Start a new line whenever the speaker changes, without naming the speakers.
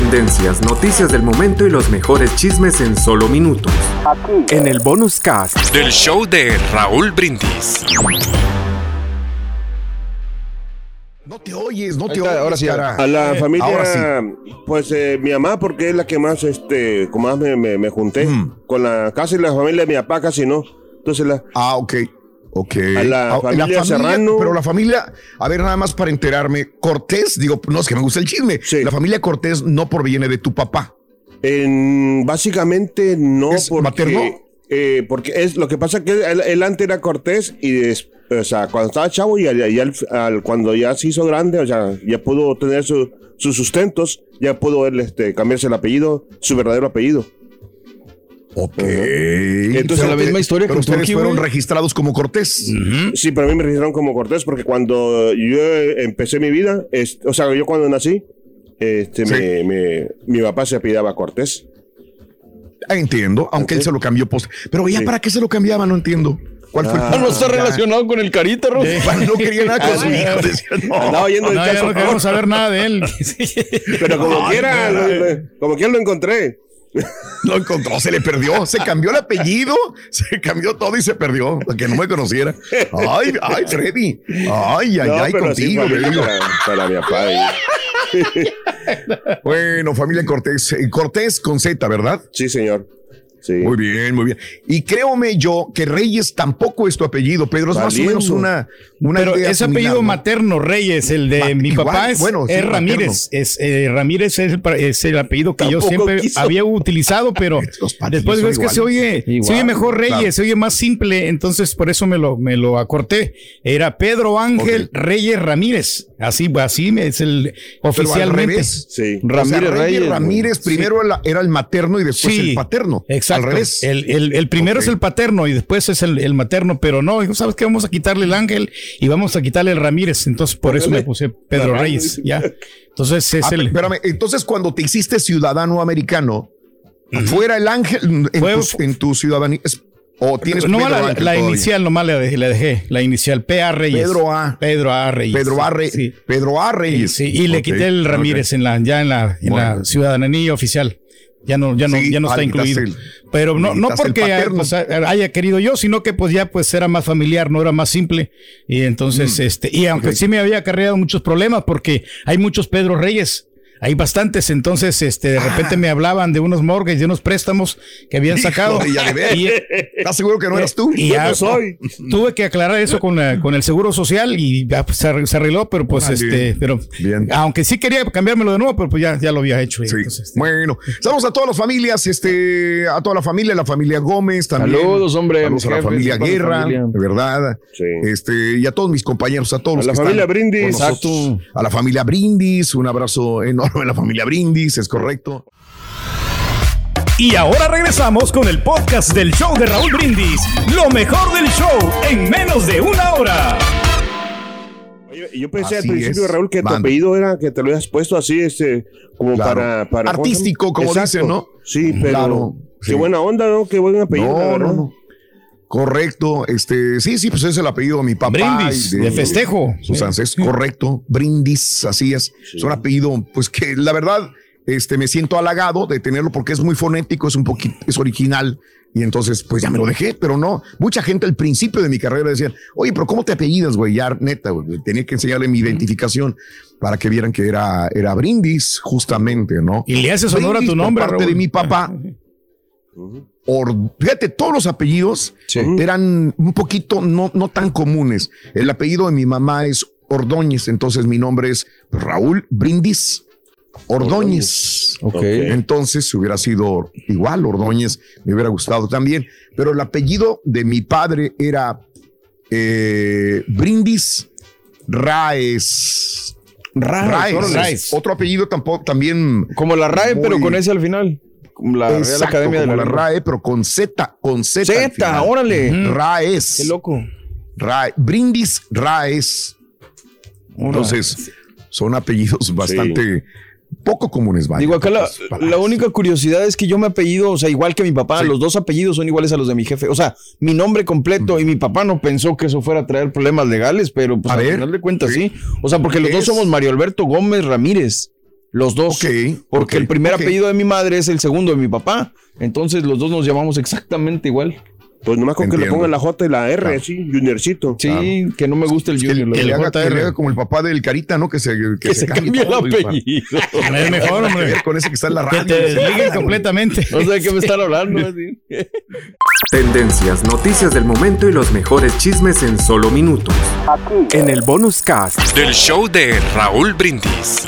Tendencias, noticias del momento y los mejores chismes en solo minutos. Aquí. En el bonus cast del show de Raúl Brindis.
No te oyes, no
Ahí
te
está,
oyes.
ahora Eh, sí,
cara.
A la familia,
ahora
pues eh, mi mamá, porque es la que más, este, con más me, me- me junté.
Mm.
Con la casi la familia de mi papá, casi no. Entonces la,
Ah, ok. Ok. Ah,
A la familia Serrano.
Pero la familia, a ver, nada más para enterarme, Cortés, digo, no es que me gusta el chisme.
Sí.
La familia Cortés no proviene de tu papá.
en- básicamente no
¿Es
porque.
materno?
eh, porque es lo que pasa que él, él antes era cortés y des- o sea, cuando estaba chavo y, al- y al- al- cuando ya se hizo grande, o sea, ya pudo tener su- sus sustentos, ya pudo él este, cambiarse el apellido, su verdadero apellido.
Ok.
Entonces, eh, la
misma historia
pero
con
ustedes
Turquía,
fueron
güey.
registrados como Cortés.
Sí, pero a mí me registraron como Cortés porque cuando yo eh, empecé mi vida, es- o sea, yo cuando nací, este,
Sí.
me- me- mi papá se apellidaba Cortés.
Ah, Entiendo, aunque él se lo cambió post. Pero ya,
Sí. Ah.
¿para qué se lo cambiaba? No entiendo. ¿Cuál fue el
No está relacionado con el carita, Raúl.
No quería nada con su hijo. decía, Oh. no.
Andaba oyendo el
No, ya
caso,
no queremos saber nada de él.
pero como quiera, lo- lo- como quiera lo encontré.
Lo encontró, se le perdió, se cambió el apellido, se cambió todo y se perdió, para que no me conociera. Ay, ay, Freddy. Ay, ay,
No,
ay,
pero sí,
contigo.
familia
baby.
para, para mi papá. y-
Bueno, familia Cortés. eh, Cortés con Z, ¿verdad?
Sí, señor. Sí.
Muy bien, muy bien. Y créome yo que Reyes tampoco es tu apellido, Pedro. Es más o
Valiendo.
menos una, una
Pero
idea
ese
similar,
apellido
¿no?
materno Reyes, el de
Ma-
mi
igual,
papá es,
bueno, sí,
es
materno.
Ramírez. Es, eh, Ramírez es el, pa- es el apellido que yo
Tampoco
siempre
quiso.
había utilizado, pero
Los padres
después
son
ves que se oye, se oye mejor Reyes,
claro.
se oye más simple, entonces por eso me lo, me lo acorté. Era Pedro Ángel Reyes Ramírez. Así, así me- es el
Pero al
oficialmente.
revés.
Sí.
Ramírez
O sea,
Reyes. güey.
Ramírez primero la- era el materno y después
Sí,
el paterno.
Exacto.
Al revés.
El, el- el primero
Ok.
es el paterno y después es el, el materno, pero no, dijo, ¿sabes qué? Vamos a quitarle el ángel y vamos a quitarle el Ramírez. Entonces, por eso le puse Pedro
Caramba.
Reyes, ¿ya? Entonces, es
Ah,
el...
espérame, entonces cuando te hiciste ciudadano americano, fuera el ángel en,
Fue-
tu, en tu ciudadanía es- o tienes
no,
Pedro
la,
Ángel
la
todavía?
inicial nomás la dejé, la dejé, la inicial, P.A. Reyes.
Pedro A.
Pedro A. Reyes.
Pedro A. Re-
Sí,
Pedro A. Reyes.
Sí, y le
Ok,
quité el
ok.
Ramírez en la, ya en la, en la
Bueno.
ciudadanía oficial. Ya no, ya no,
Sí,
ya no
ah,
está
le quitaste
incluido.
el-
Pero no,
le
no
quitaste el
porque ah,
paterno.
pues, ah, haya querido yo, sino que pues ya pues era más familiar, no era más simple. Y
Mm.
entonces, este, y aunque sí me había acarreado muchos problemas, porque hay muchos Pedro Reyes. Hay bastantes, entonces, este, de repente
Ah.
me hablaban de unos morgues, de unos préstamos que habían sacado.
de Yadebel.
Y- Eh,
¿Estás seguro que no eras tú?
y ya, Tuve que aclarar eso con, la- con el seguro social y ya, pues, se arre- se arregló, pero pues
Órale.
este, pero
Bien.
aunque sí quería cambiármelo de nuevo, pero pues ya, ya lo había hecho. y
Sí.
entonces, este,
Bueno, saludos a todas las familias, este, a toda la familia, la familia Gómez también.
Saludos, hombre,
Saludos a
mis
la
jefes,
familia
a toda la
Guerra,
familia.
de verdad.
Sí.
Este, y a todos mis compañeros, a todos
A
los
la
que
familia
están
Brindis.
con nosotros. A la familia Brindis, un abrazo enorme a la familia Brindis, es correcto.
Y ahora regresamos con el podcast del show de Raúl Brindis. Lo mejor del show en menos de una hora.
Oye, yo pensé
Así
al principio,
es.
Raúl, que tu
Mande.
apellido era que te lo habías puesto así, este, como
Claro.
para, para.
Artístico, como dicen, ¿no?
Sí, pero.
Claro, sí.
Qué buena onda, ¿no? Qué buen apellido, la
No,
verdad.
no, no. Correcto, este, sí, sí, pues es el apellido de mi papá.
brindis
y
de, festejo.
Sus ancestros, correcto, Brindis, así es. Es un apellido, pues que la verdad, este, me siento halagado de tenerlo porque es muy fonético, es un poquito, es original. Y entonces, pues ya me lo dejé, pero no. Mucha gente al principio de mi carrera decían, oye, pero ¿cómo te apellidas, güey? Ya, neta, güey, tenía que enseñarle mi identificación para que vieran que era, era Brindis, justamente, ¿no?
Y le haces honor a
Brindis
tu
por
nombre,
parte
Raúl.
de mi papá. Or- fíjate, todos los apellidos
Mm.
eran un poquito no, no tan comunes. El apellido de mi mamá es Ordóñez, entonces mi nombre es Raúl Brindis Ordóñez.
Ok.
Entonces hubiera sido igual, Ordóñez me hubiera gustado también, pero el apellido de mi padre era eh, Brindis Raes. Raes.
Raes.
Otro apellido tampoco, también
Como la RAE,
Muy-
pero con ese al final. Como La Real
Exacto,
Academia de
como
la,
la RAE, pero con Z, con Z. al
Z,
final.
órale.
Ujú.
Mm. Qué
Raes.
loco.
Rae- Brindis Raes. Entonces, son apellidos bastante poco comunes. vaya,
Digo, acá la,
pocas palabras.
la única curiosidad es que yo me apellido, o sea, igual que mi papá,
Sí.
los dos apellidos son iguales a los de mi jefe. O sea, mi nombre completo y mi papá no pensó que eso fuera a traer problemas legales, pero pues
A
al
ver.
final de cuentas
Sí.
sí. O sea, porque los dos
Es-
somos Mario Alberto Gómez Ramírez. los dos.
Ok,
porque
ok,
el primer
ok.
apellido de mi madre es el segundo de mi papá. Entonces los dos nos llamamos exactamente igual.
Pues nomás con que le
Entiendo.
pongan la J y la R, así, juniorcito.
Sí, que no me gusta el
Que,
Junior. la
que le
verdad.
haga, que le haga como el papá del Carita, ¿no? Que se, que
Que
se
se
cambie
cambie el
todo, y para-
apellido.
No es mejor,
que
hombre.
ver con ese que está en la
Que
radio.
te desliguen completamente.
No sé de qué me están hablando. así.
Tendencias, noticias del momento y los mejores chismes en solo minutos. En el bonus cast del show de Raúl Brindis.